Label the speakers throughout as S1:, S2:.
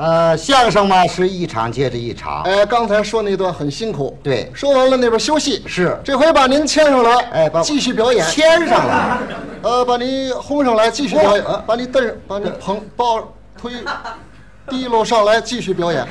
S1: 呃相声嘛是一场接着一场，
S2: 哎，刚才说那段很辛苦，
S1: 对
S2: 说完了那边休息，
S1: 是
S2: 这回把您牵上来，
S1: 哎把我
S2: 继续表演，
S1: 牵上了，
S2: 呃，把您轰上来，继续表演，呃
S1: 哦
S2: 把你蹬上，把你捧抱 推，提溜上来，继续表演，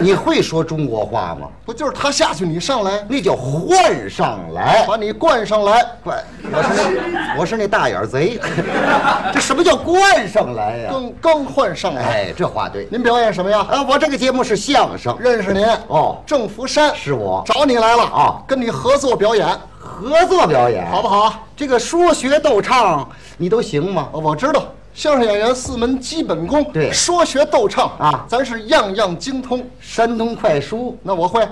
S1: 你会说中国话吗？
S2: 不就是他下去，你上来，
S1: 那叫换上来。
S2: 把你灌上来，
S1: 灌，我是那我是那大眼贼， 这什么叫灌上来呀、
S2: 更更换上来。
S1: 哎，这话对。
S2: 您表演什么呀？
S1: 啊，我这个节目是相声，
S2: 认识您
S1: 哦
S2: 郑福山
S1: 是我哎
S2: 找你来了
S1: 啊
S2: 跟你合作表演，
S1: 合作表演，
S2: 好不？好？
S1: 这个说学逗唱，你都行吗？
S2: 哦我知道，相声演员四门基本功，
S1: 对
S2: 说学逗唱
S1: 啊
S2: 咱是样样精通。
S1: 山东快书、
S2: 那我会，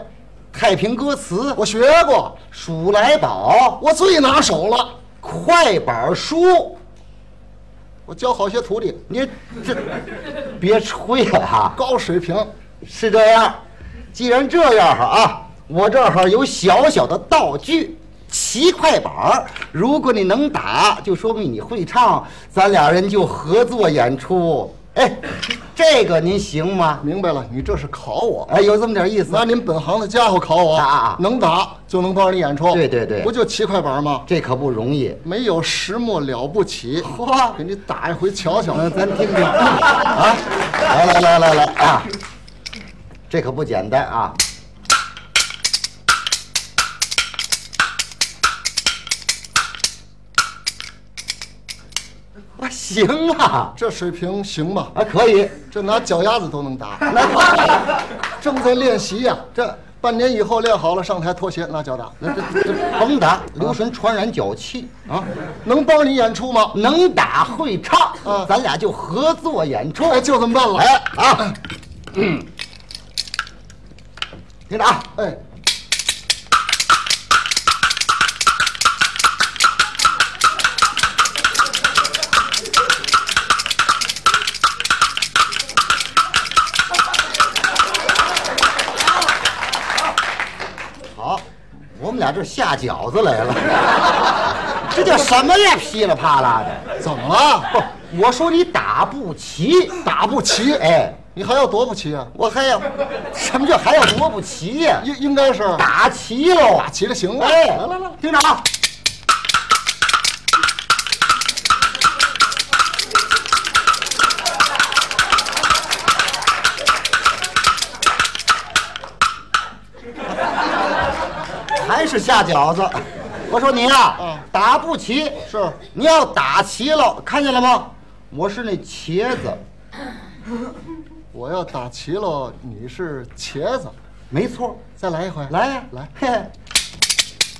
S1: 太平歌词、
S2: 我学过，
S1: 数来宝、
S2: 我最拿手了。
S1: 快板书，
S2: 我教好些徒弟，
S1: 你这别吹了啊！
S2: 高水平。
S1: 是这样，既然这样啊，我这儿有小小的道具，骑快板儿。如果你能打，就说明你会唱，咱俩人就合作演出。哎，这个您行吗？
S2: 明白了，你这是考我，
S1: 哎，有这么点意思。
S2: 拿您本行的家伙考我，
S1: 啊啊
S2: 能打就能帮你演出。
S1: 对对对
S2: 不就骑快板吗？
S1: 这可不容易。
S2: 没有石墨了不 起，
S1: 嚯
S2: 给你打一回瞧瞧。
S1: 嗯，咱听听啊，来来来来来啊，这可不简单啊。啊，行啊，
S2: 这水平行吗？
S1: 啊可以，
S2: 这拿脚丫子都能打，正在练习呀、这半年以后练好了，上台脱鞋拿脚打，
S1: 那这这这甭打，留神传染脚气啊！
S2: 能帮你演出吗？
S1: 能打会唱
S2: 啊，
S1: 咱俩就合作演出。
S2: 哎，就这么办了。
S1: 来啊，嗯，听着啊。
S2: 哎，
S1: 好，我们俩这下饺子来了， 这叫什么呀？噼里啪啦的！
S2: 怎么了？
S1: 不，我说你打不齐，
S2: 打不齐，
S1: 哎，
S2: 你还要多不齐啊？
S1: 我还要什么叫还要多不齐呀、
S2: 应应该是
S1: 打齐喽！
S2: 打齐了行了。
S1: 哎，
S2: 来来来，，
S1: 听着啊！还是下饺子。我说您啊，
S2: 嗯
S1: 打不齐，
S2: 是
S1: 你要打齐了，看见了吗？我是那茄子，
S2: 我要打齐喽，你是茄子，
S1: 没错。
S2: 再来一回。
S1: 来呀、
S2: 来，
S1: 嘿嘿。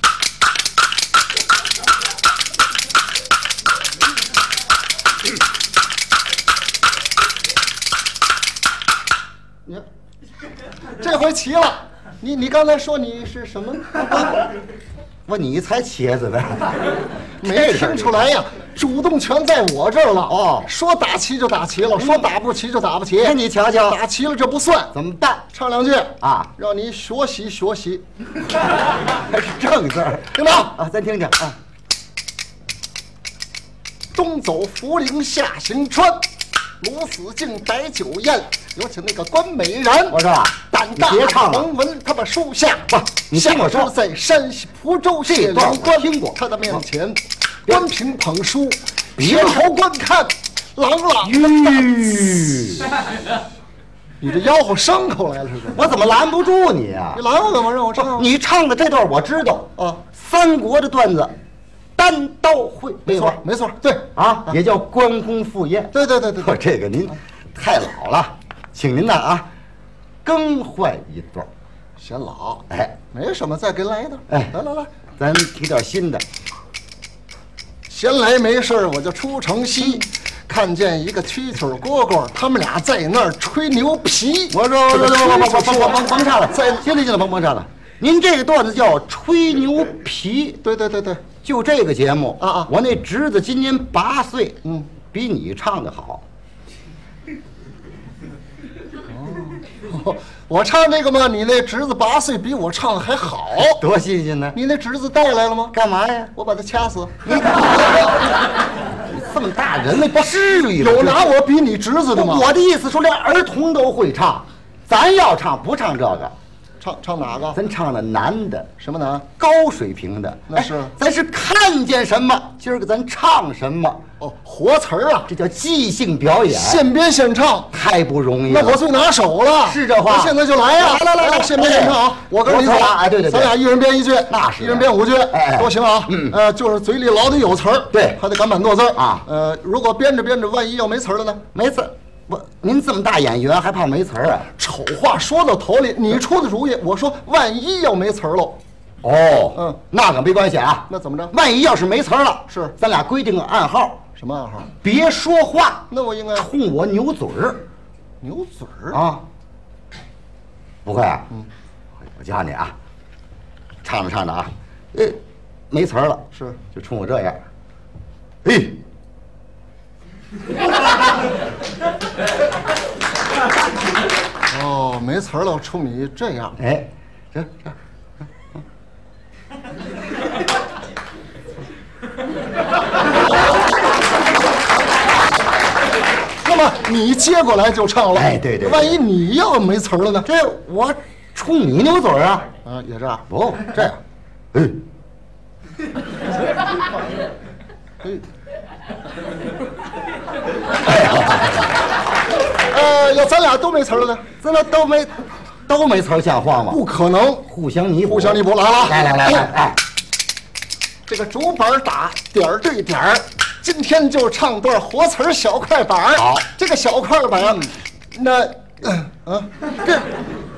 S2: 你看这回齐了。你你刚才说你是什么？
S1: 问你才茄子 呢，
S2: 没听出来呀，主动权在我这儿了。
S1: 哦嗯
S2: 说打齐就打齐了，说打不齐就打不齐。
S1: 哎那你瞧瞧
S2: 打齐了这不算，
S1: 怎么办？
S2: 唱两句
S1: 啊
S2: 让你学习学习。
S1: 还是正字儿，
S2: 听着，
S1: 啊，咱听听啊，
S2: 东走涪陵下行川，鲁子敬摆酒宴，有请那个关美然。
S1: 我说啊
S2: 胆大
S1: 你别唱了
S2: 王文他把树下
S1: 不你听我说
S2: 下之在山西蒲州
S1: 这
S2: 谢
S1: 段
S2: 良关
S1: 我听过
S2: 他的面前，关平捧书，
S1: 别
S2: 抬头观看，朗朗的
S1: 吁，
S2: 你这吆喝牲口来了是吧？
S1: 我怎么拦不住你啊
S2: 你？拦我干嘛？让我唱。
S1: 你唱的这段我知道
S2: 啊
S1: 三国的段子，单刀会，
S2: 没
S1: 那会
S2: 错
S1: 儿，
S2: 没错，对，
S1: 啊，也叫关公赴宴。
S2: 对对对对
S1: 呵，
S2: 对，
S1: 这个您太老了，请您呐啊，更换一段儿，
S2: 显老，
S1: 哎
S2: 没什么，再给来一段。
S1: 哎
S2: 来来来，
S1: 咱提点新的。
S2: 闲来没事儿我就出城西，看见一个蛐蛐儿蝈蝈，他们俩在那儿吹牛皮。
S1: 我说我说我说我说
S2: 这个蛐蛐
S1: 甭
S2: 说
S1: 甭甭甭上了，再行了行了，甭甭上了。您这个段子叫吹牛皮，
S2: 对对对对，
S1: 就这个节目
S2: 啊啊
S1: 我那侄子今年八岁，
S2: 嗯，
S1: 比你唱的好。
S2: 我唱这个嘛，你那侄子八岁，比我唱的还好。
S1: 多新鲜呢！
S2: 你那侄子带来了吗？
S1: 干嘛呀？
S2: 我把他掐死。
S1: 你这么大人了，不至于吧
S2: 有拿我比你侄子的吗？
S1: 我的意思说，连儿童都会唱，咱要唱不唱这个？
S2: 唱唱哪个？
S1: 咱唱的男的，
S2: 什么男？
S1: 高水平的。
S2: 那是
S1: 哎咱是看见什么，今儿个咱唱什么，
S2: 哦，活词儿啊，
S1: 这叫即兴表演，
S2: 现编现唱，
S1: 太不容易了。
S2: 那我最拿手了。
S1: 是这话
S2: 那现在就来呀！
S1: 来来来来
S2: 现编现唱啊！我跟
S1: 我
S2: 你走
S1: 走了哎对对对
S2: 咱俩一人编一句，
S1: 那是
S2: 一人编五句，
S1: 哎哎
S2: 都行啊。嗯，呃，就是嘴里老得有词儿，
S1: 对
S2: 还得敢板剁字儿
S1: 啊
S2: 呃，如果编着编着，万一要没词儿了呢？
S1: 没词儿，我您这么大演员还怕没词儿啊？
S2: 丑话说到头里，你出的主意，我说万一要没词儿喽，
S1: 哦，
S2: 嗯，
S1: 那可没关系啊。
S2: 那怎么着？
S1: 万一要是没词儿了，
S2: 是
S1: 咱俩规定个暗号，
S2: 什么暗号？
S1: 别说话，
S2: 那我应该
S1: 冲我扭嘴儿
S2: 牛嘴儿
S1: 啊！不会啊？嗯，我教你啊，唱着唱着啊，呃，没词儿了，
S2: 是
S1: 就冲我这样，嘿，
S2: 哦，没词儿了，冲你这样，
S1: 哎，这这。
S2: 那么你接过来就唱了。
S1: 哎对对对
S2: 万一你要没词儿了呢？
S1: 这我冲你扭嘴儿啊！
S2: 啊，也这样。
S1: 不，这样，哎，
S2: 哎，呃，要咱俩都没词儿了呢？
S1: 咱俩都没都没词儿像话吗？
S2: 不可能，
S1: 互相弥补，
S2: 互相弥补来了
S1: 来来来来，哎，
S2: 这个竹板打点儿对点儿，今天就唱段活词儿小快板儿。
S1: 好
S2: 这个小快板儿，那嗯啊，
S1: 这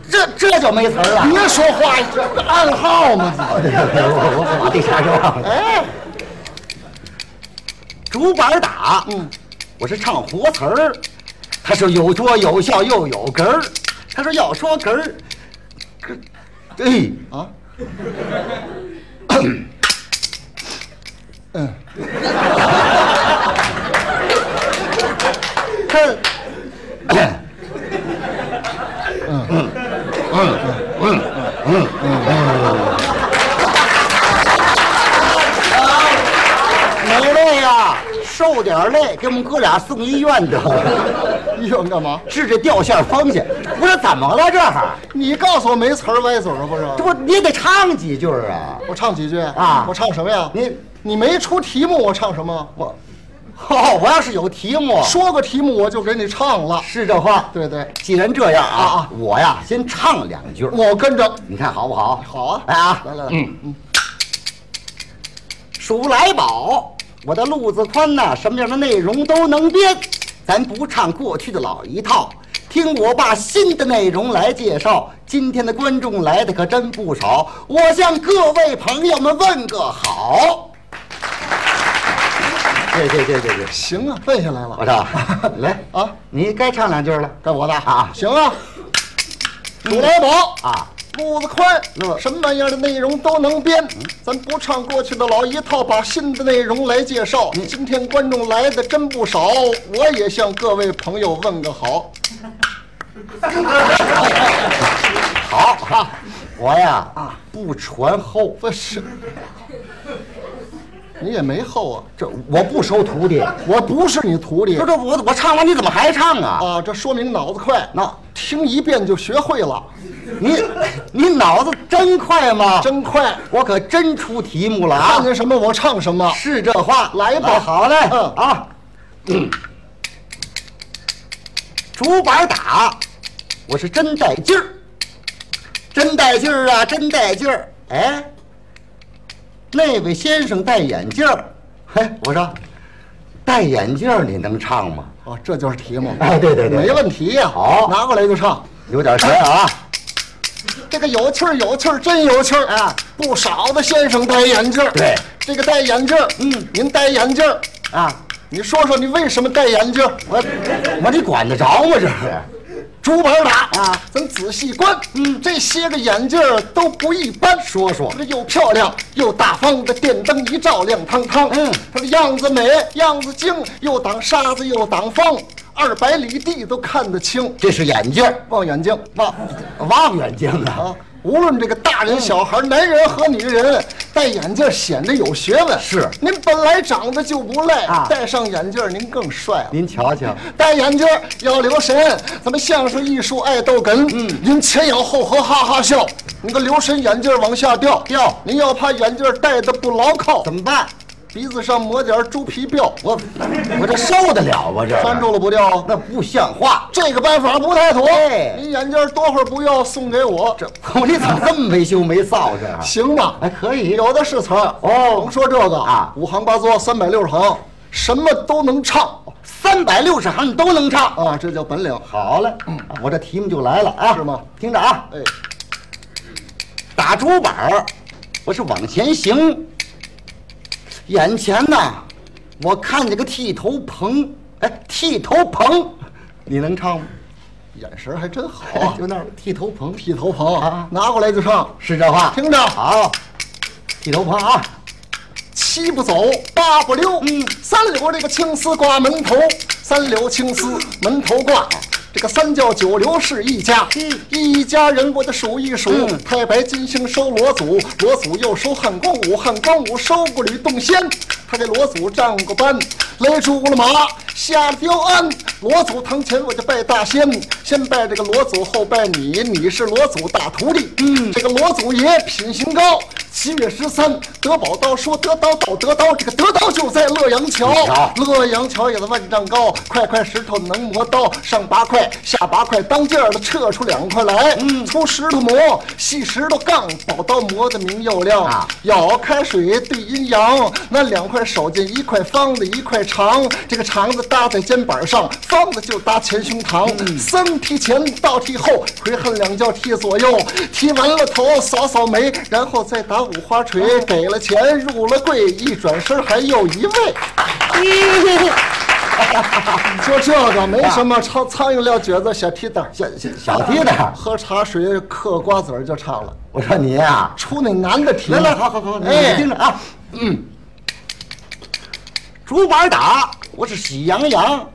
S1: 这这就没词儿了。
S2: 别说话呀，这不暗号吗？
S1: 我我我得插手啊。
S2: 哎，
S1: 竹板打，嗯，我是唱活词儿，他是有说有笑又有哏儿，他说要说哏儿，哏，哎
S2: 啊，
S1: 他，没累呀，受点儿累，给我们哥俩送医院得了，
S2: 医院干嘛？
S1: 治治掉线风去。我说怎么了这还？
S2: 你告诉我没词儿歪嘴儿不是？
S1: 这不你也得唱几句儿啊？
S2: 我唱几句
S1: 啊
S2: 我唱什么呀？
S1: 你
S2: 你没出题目，我唱什么？
S1: 我，哦，我要是有题目，
S2: 说个题目我就给你唱了。
S1: 是这话。
S2: 对对，
S1: 既然这样
S2: 啊
S1: 啊
S2: 啊，
S1: 我呀先唱两句儿，
S2: 我跟着。
S1: 你看好不好？
S2: 好啊，
S1: 来啊，
S2: 来来来，嗯
S1: 数来宝，我的路子宽呐、什么样的内容都能编。咱不唱过去的老一套，听我把新的内容来介绍。今天的观众来的可真不少，我向各位朋友们问个好。对对对对对，
S2: 行啊，背下来
S1: 我
S2: 了。
S1: 说，来
S2: 啊，
S1: 你该唱两句了，该我的啊
S2: 行啊，数来宝，
S1: 啊！
S2: 路子宽
S1: 路，
S2: 什么样的内容都能编。咱不唱过去的老一套，把新的内容来介绍。今天观众来的真不少，我也向各位朋友问个好。
S1: 好啊，我呀啊不传后，
S2: 不是，你也没后啊。
S1: 这我不收徒弟。
S2: 我不是你徒弟
S1: 不是我我唱完你怎么还唱啊？
S2: 啊，这说明脑子快，
S1: 那
S2: 听一遍就学会了，
S1: 你你脑子真快吗？
S2: 真快。
S1: 我可真出题目了
S2: 看
S1: 啊！
S2: 见什么我唱什么。
S1: 是这话，
S2: 来吧
S1: 好嘞，
S2: 嗯
S1: 啊，竹板打，我是真带劲儿，真带劲儿啊，真带劲儿！哎，那位先生戴眼镜儿，嘿，我说，戴眼镜儿你能唱吗？
S2: 哦，这就是题目。
S1: 哎对对对
S2: 没问题呀、
S1: 好
S2: 拿过来就唱。
S1: 有点神啊！
S2: 这个有气儿，有气儿，真有气儿啊！不少的先生戴眼镜儿。
S1: 对
S2: 这个戴眼镜儿，嗯，您戴眼镜儿，
S1: 啊，
S2: 你说说你为什么戴眼镜儿？
S1: 我我这管得着吗？这是。
S2: 竹板打
S1: 啊，
S2: 咱仔细观，嗯，这些个眼镜儿都不一般。
S1: 说说
S2: 这个又漂亮又大方的电灯一照亮堂堂，
S1: 嗯
S2: 它的样子美，样子精，又挡沙子又挡风，二百里地都看得清。
S1: 这是眼镜儿，
S2: 望远镜，
S1: 望望远镜啊
S2: 啊，无论这个大人小孩、男人和女人，戴眼镜显得有学问。
S1: 是
S2: 您本来长得就不赖，
S1: 啊
S2: 戴上眼镜您更帅了。
S1: 您瞧瞧，
S2: 戴眼镜儿要留神，咱们相声艺术爱逗哏，嗯，您前仰后合哈哈笑，你个留神眼镜儿往下掉
S1: 掉
S2: 您要怕眼镜儿戴的不牢靠，
S1: 怎么办？
S2: 鼻子上抹点儿猪皮标，
S1: 我我这受得了吗？这
S2: 拴住了不掉啊。
S1: 那不像话。
S2: 这个办法不太妥
S1: 哎，
S2: 您眼镜儿多会儿不要送给我，这
S1: 我这怎么这么没羞没臊这？
S2: 行吧？
S1: 还可以，
S2: 哎有的是词儿
S1: 哦
S2: 甭说这个
S1: 啊
S2: 五行八作三百六十行，什么都能唱
S1: 三百六十行你都能唱。嗯
S2: 啊，这叫本领。
S1: 好嘞，我这题目就来了啊，
S2: 是吗？
S1: 听着啊，
S2: 哎，
S1: 打竹板儿，我是往前行，眼前呐，我看见个剃头棚，哎，剃头棚，你能唱吗？
S2: 眼神儿还真好
S1: 哎
S2: 啊，
S1: 就那儿剃头棚，
S2: 剃头棚
S1: 啊
S2: 拿过来就唱。
S1: 是这话？
S2: 听着
S1: 好，剃头棚啊，
S2: 七步走，八步溜，嗯，三绺这个青丝挂门头，三绺青丝门头挂。这个三教九流是一家，
S1: 嗯
S2: 一家人我得数一数，
S1: 嗯
S2: 太白金星收罗祖，罗祖又收汉光武，汉光武收过吕洞仙，他给罗祖占过班，勒住了马，下了雕鞍，罗祖堂前我就拜大仙，先拜这个罗祖，后拜你，你是罗祖大徒弟，嗯，这个罗祖爷品行高，七月十三德宝道说得刀道得刀，这个得刀就在洛阳桥
S1: 你瞧，
S2: 洛阳桥也在万丈高，块块石头能磨刀，上八块下八块，当间儿的撤出两块来，嗯，粗石头磨，细石头杠，宝刀磨得明又亮
S1: 啊
S2: 舀开水对阴阳，那两块手劲一块方的，一块长，这个长的搭在肩膀上，方的就搭前胸膛。僧踢前，道踢后，回恨两脚踢左右，踢完了头扫扫眉，然后再打五花锤。给了钱入了柜，一转身还又一位。你说这个没什么，苍苍蝇撂蹶子小踢蛋儿，
S1: 小小小弟的，
S2: 喝茶水嗑瓜子儿就唱了。
S1: 我说你啊，
S2: 出那男的题目，
S1: 来来，好好好，你
S2: 哎
S1: 你听着啊，嗯，竹板打，我是喜羊羊，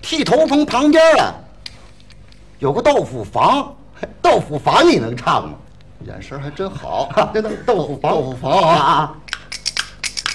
S1: 剃头棚旁边啊，有个豆腐房， 豆腐房你能唱吗？
S2: 眼神哎还真 好。
S1: 真的啊豆腐房，
S2: 豆腐房啊
S1: 啊，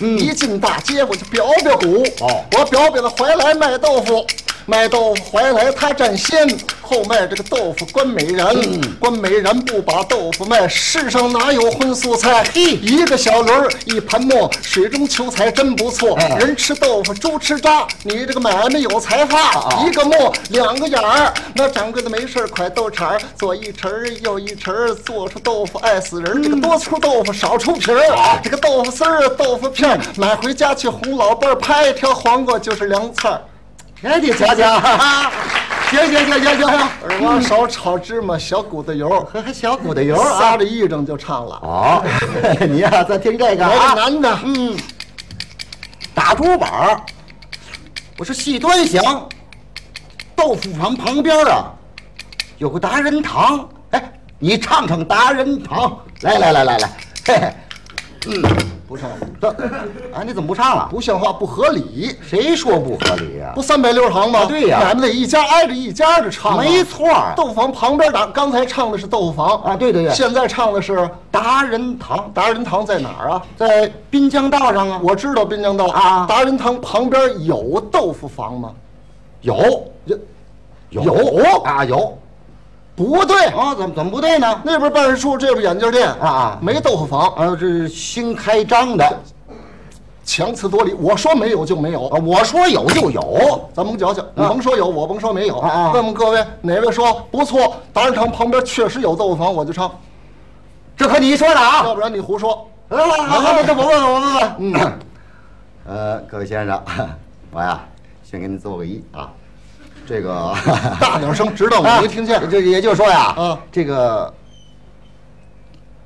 S2: 一进大街我就表表鼓。
S1: 嗯哦
S2: 我表表了怀来卖豆腐，卖豆腐怀来他占先，后卖这个豆腐关美然，
S1: 嗯
S2: 关美然不把豆腐卖，世上哪有荤素菜？一个小驴儿一盘磨，水中求财真不错。
S1: 哎
S2: 人吃豆腐猪吃渣，你这个买卖有才
S1: 啊
S2: 发。一个磨两个眼儿，那掌柜的没事儿蒯豆茬儿，左一匙儿右一匙儿，做出豆腐爱死人儿。这个多出豆腐少出皮儿。啊这个豆腐丝儿、豆腐片儿，买回家去哄老伴儿，拍一条黄瓜就是凉菜儿。
S1: 哎，你瞧瞧，啊，行行行行行行，
S2: 耳挖勺炒芝麻，小骨头油儿，
S1: 还还小鼓的油啊，
S2: 撒着一整就唱了。
S1: 好， 你呀、再听这个
S2: 来
S1: 啊
S2: 个，男的，
S1: 嗯，打竹板儿，我是细端详。豆腐房旁边啊，有个达人堂。哎，你唱唱达人堂，来来来来来，嘿嘿，
S2: 不唱了，
S1: 这啊你怎么不唱了？
S2: 不像话，不合理。
S1: 谁说不合理呀、
S2: 不三百六十行吗？
S1: 啊对呀
S2: 买卖得一家挨着一家的唱啊。
S1: 没错儿
S2: 豆腐房旁边打，刚才唱的是豆腐房
S1: 啊对对对
S2: 现在唱的是
S1: 达人堂
S2: 达人堂在哪儿啊？
S1: 在滨江道上啊，
S2: 我知道滨江道
S1: 啊
S2: 达人堂旁边有豆腐房吗？
S1: 有
S2: 有，
S1: 有
S2: 有
S1: 啊有
S2: 不对，
S1: 啊，怎么怎么不对呢？
S2: 那边办事处，这边眼镜店
S1: 啊啊
S2: 没豆腐房，
S1: 啊，这是新开张的
S2: 强词夺理。我说没有就没有，
S1: 啊，我说有就有，
S2: 咱甭矫情，你甭说有，我甭说没有。
S1: 啊啊
S2: 问问各位，哪位说不错？达人堂旁边确实有豆腐房，我就唱，
S1: 这可你说的啊。
S2: 要不然你胡说。
S1: 来来来来，这我问问，我问问。嗯，呃，各位先生，我呀，先给您做个揖啊。这个，
S2: 大点声，知道
S1: 啊
S2: 吗？没听见。
S1: 这也就是说呀，
S2: 嗯
S1: 这个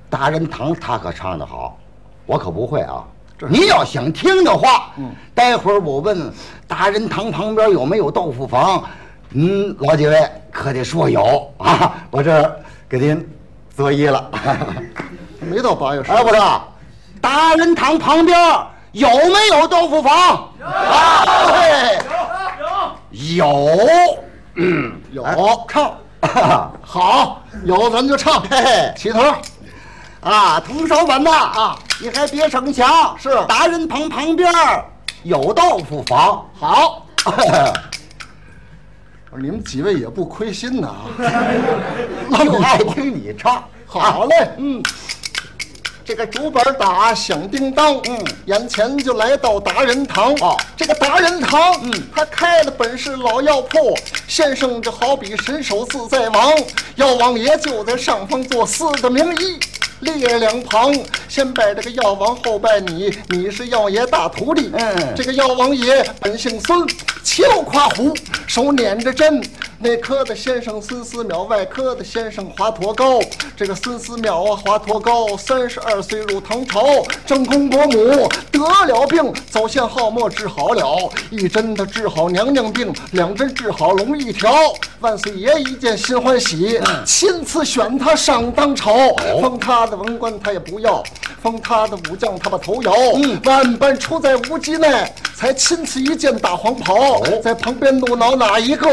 S1: 达人堂他可唱得好，我可不会啊。你要想听的话，嗯，待会儿我问达人堂旁边有没有豆腐房，嗯，老几位可得说有啊，我这儿给您作揖了。
S2: 没到八月十
S1: 哎，
S2: 号，
S1: 我说，达仁堂旁边有没有豆腐房？啊，嘿有，
S2: 有
S1: 哎唱。啊
S2: 好，有咱就唱。
S1: 嘿嘿
S2: 起头，
S1: 啊，铜勺碗呐
S2: 啊，
S1: 你还别逞强，
S2: 是
S1: 达人旁旁边儿有豆腐 房。
S2: 好。你们几位也不亏心呐啊！那
S1: 就
S2: 你
S1: 爱听你唱。
S2: 好嘞，
S1: 嗯，
S2: 这个竹板打响叮当，
S1: 嗯
S2: 眼前就来到达人堂。
S1: 哦
S2: 这个达人堂，
S1: 嗯
S2: 他开了本是老药铺，先生这好比神手自在王，药王爷就在上方做四个名医。列两旁，先拜这个药王，后拜你，你是药爷大徒弟。
S1: 嗯
S2: 这个药王爷本姓孙，七六夸胡，手捻着针。内科的先生孙思邈，外科的先生华佗高。这个孙思邈啊，华佗高，三十二岁入唐朝，正宫伯母得了病，早先好墨治好了，一针他治好娘娘病，两针治好龙一条。万岁爷一见心欢喜，
S1: 嗯
S2: 亲自选他上当朝，
S1: 哦
S2: 封他的文官他也不要，封他的武将他把头摇。
S1: 嗯
S2: 万般出在无机内，才亲赐一件大黄袍。
S1: 哦
S2: 在旁边怒恼哪一个？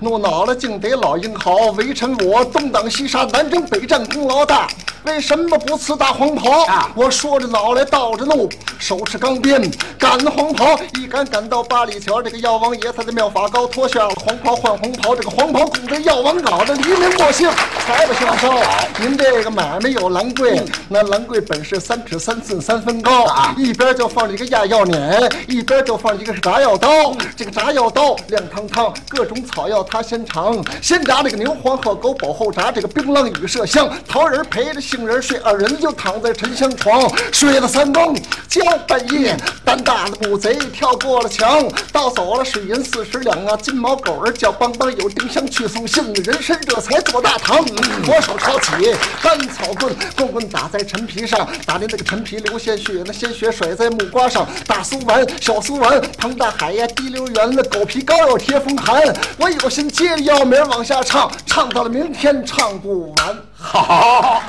S2: 怒恼了竟得老英豪围臣我，东挡西杀南征北战功劳大，为什么不赐大黄袍？
S1: 啊
S2: 我说着脑来倒着怒，手持钢鞭赶黄袍，一赶赶到八里桥，这个药王爷他的妙法高，脱下了黄袍换红袍，这个黄袍拱在药王脑袋，黎民百姓财不下烧。您这个买卖有兰桂，那兰桂本是三尺三寸三分高
S1: 啊
S2: 一边就放着一个压药碾，一边就放着一个是炸药刀。这个炸药刀亮堂堂，各种草药它先尝，先炸这个牛黄和狗宝，后炸这个槟榔与麝香。桃仁陪着杏仁睡，二人就躺在沉香床，睡了三更，将半夜，胆大的捕贼跳过了墙，盗走了水银四十两啊，金毛狗儿叫邦邦，有丁香去送信，人参这才做大堂。左手抄起干草棍，棍棍打在陈皮上，打的那个陈皮流鲜血，那鲜血甩在木瓜上。大苏丸，小苏丸，庞大海呀，滴溜圆了，狗皮膏药贴风寒。我有心接着药名往下唱，唱到了明天唱不完。
S1: 好，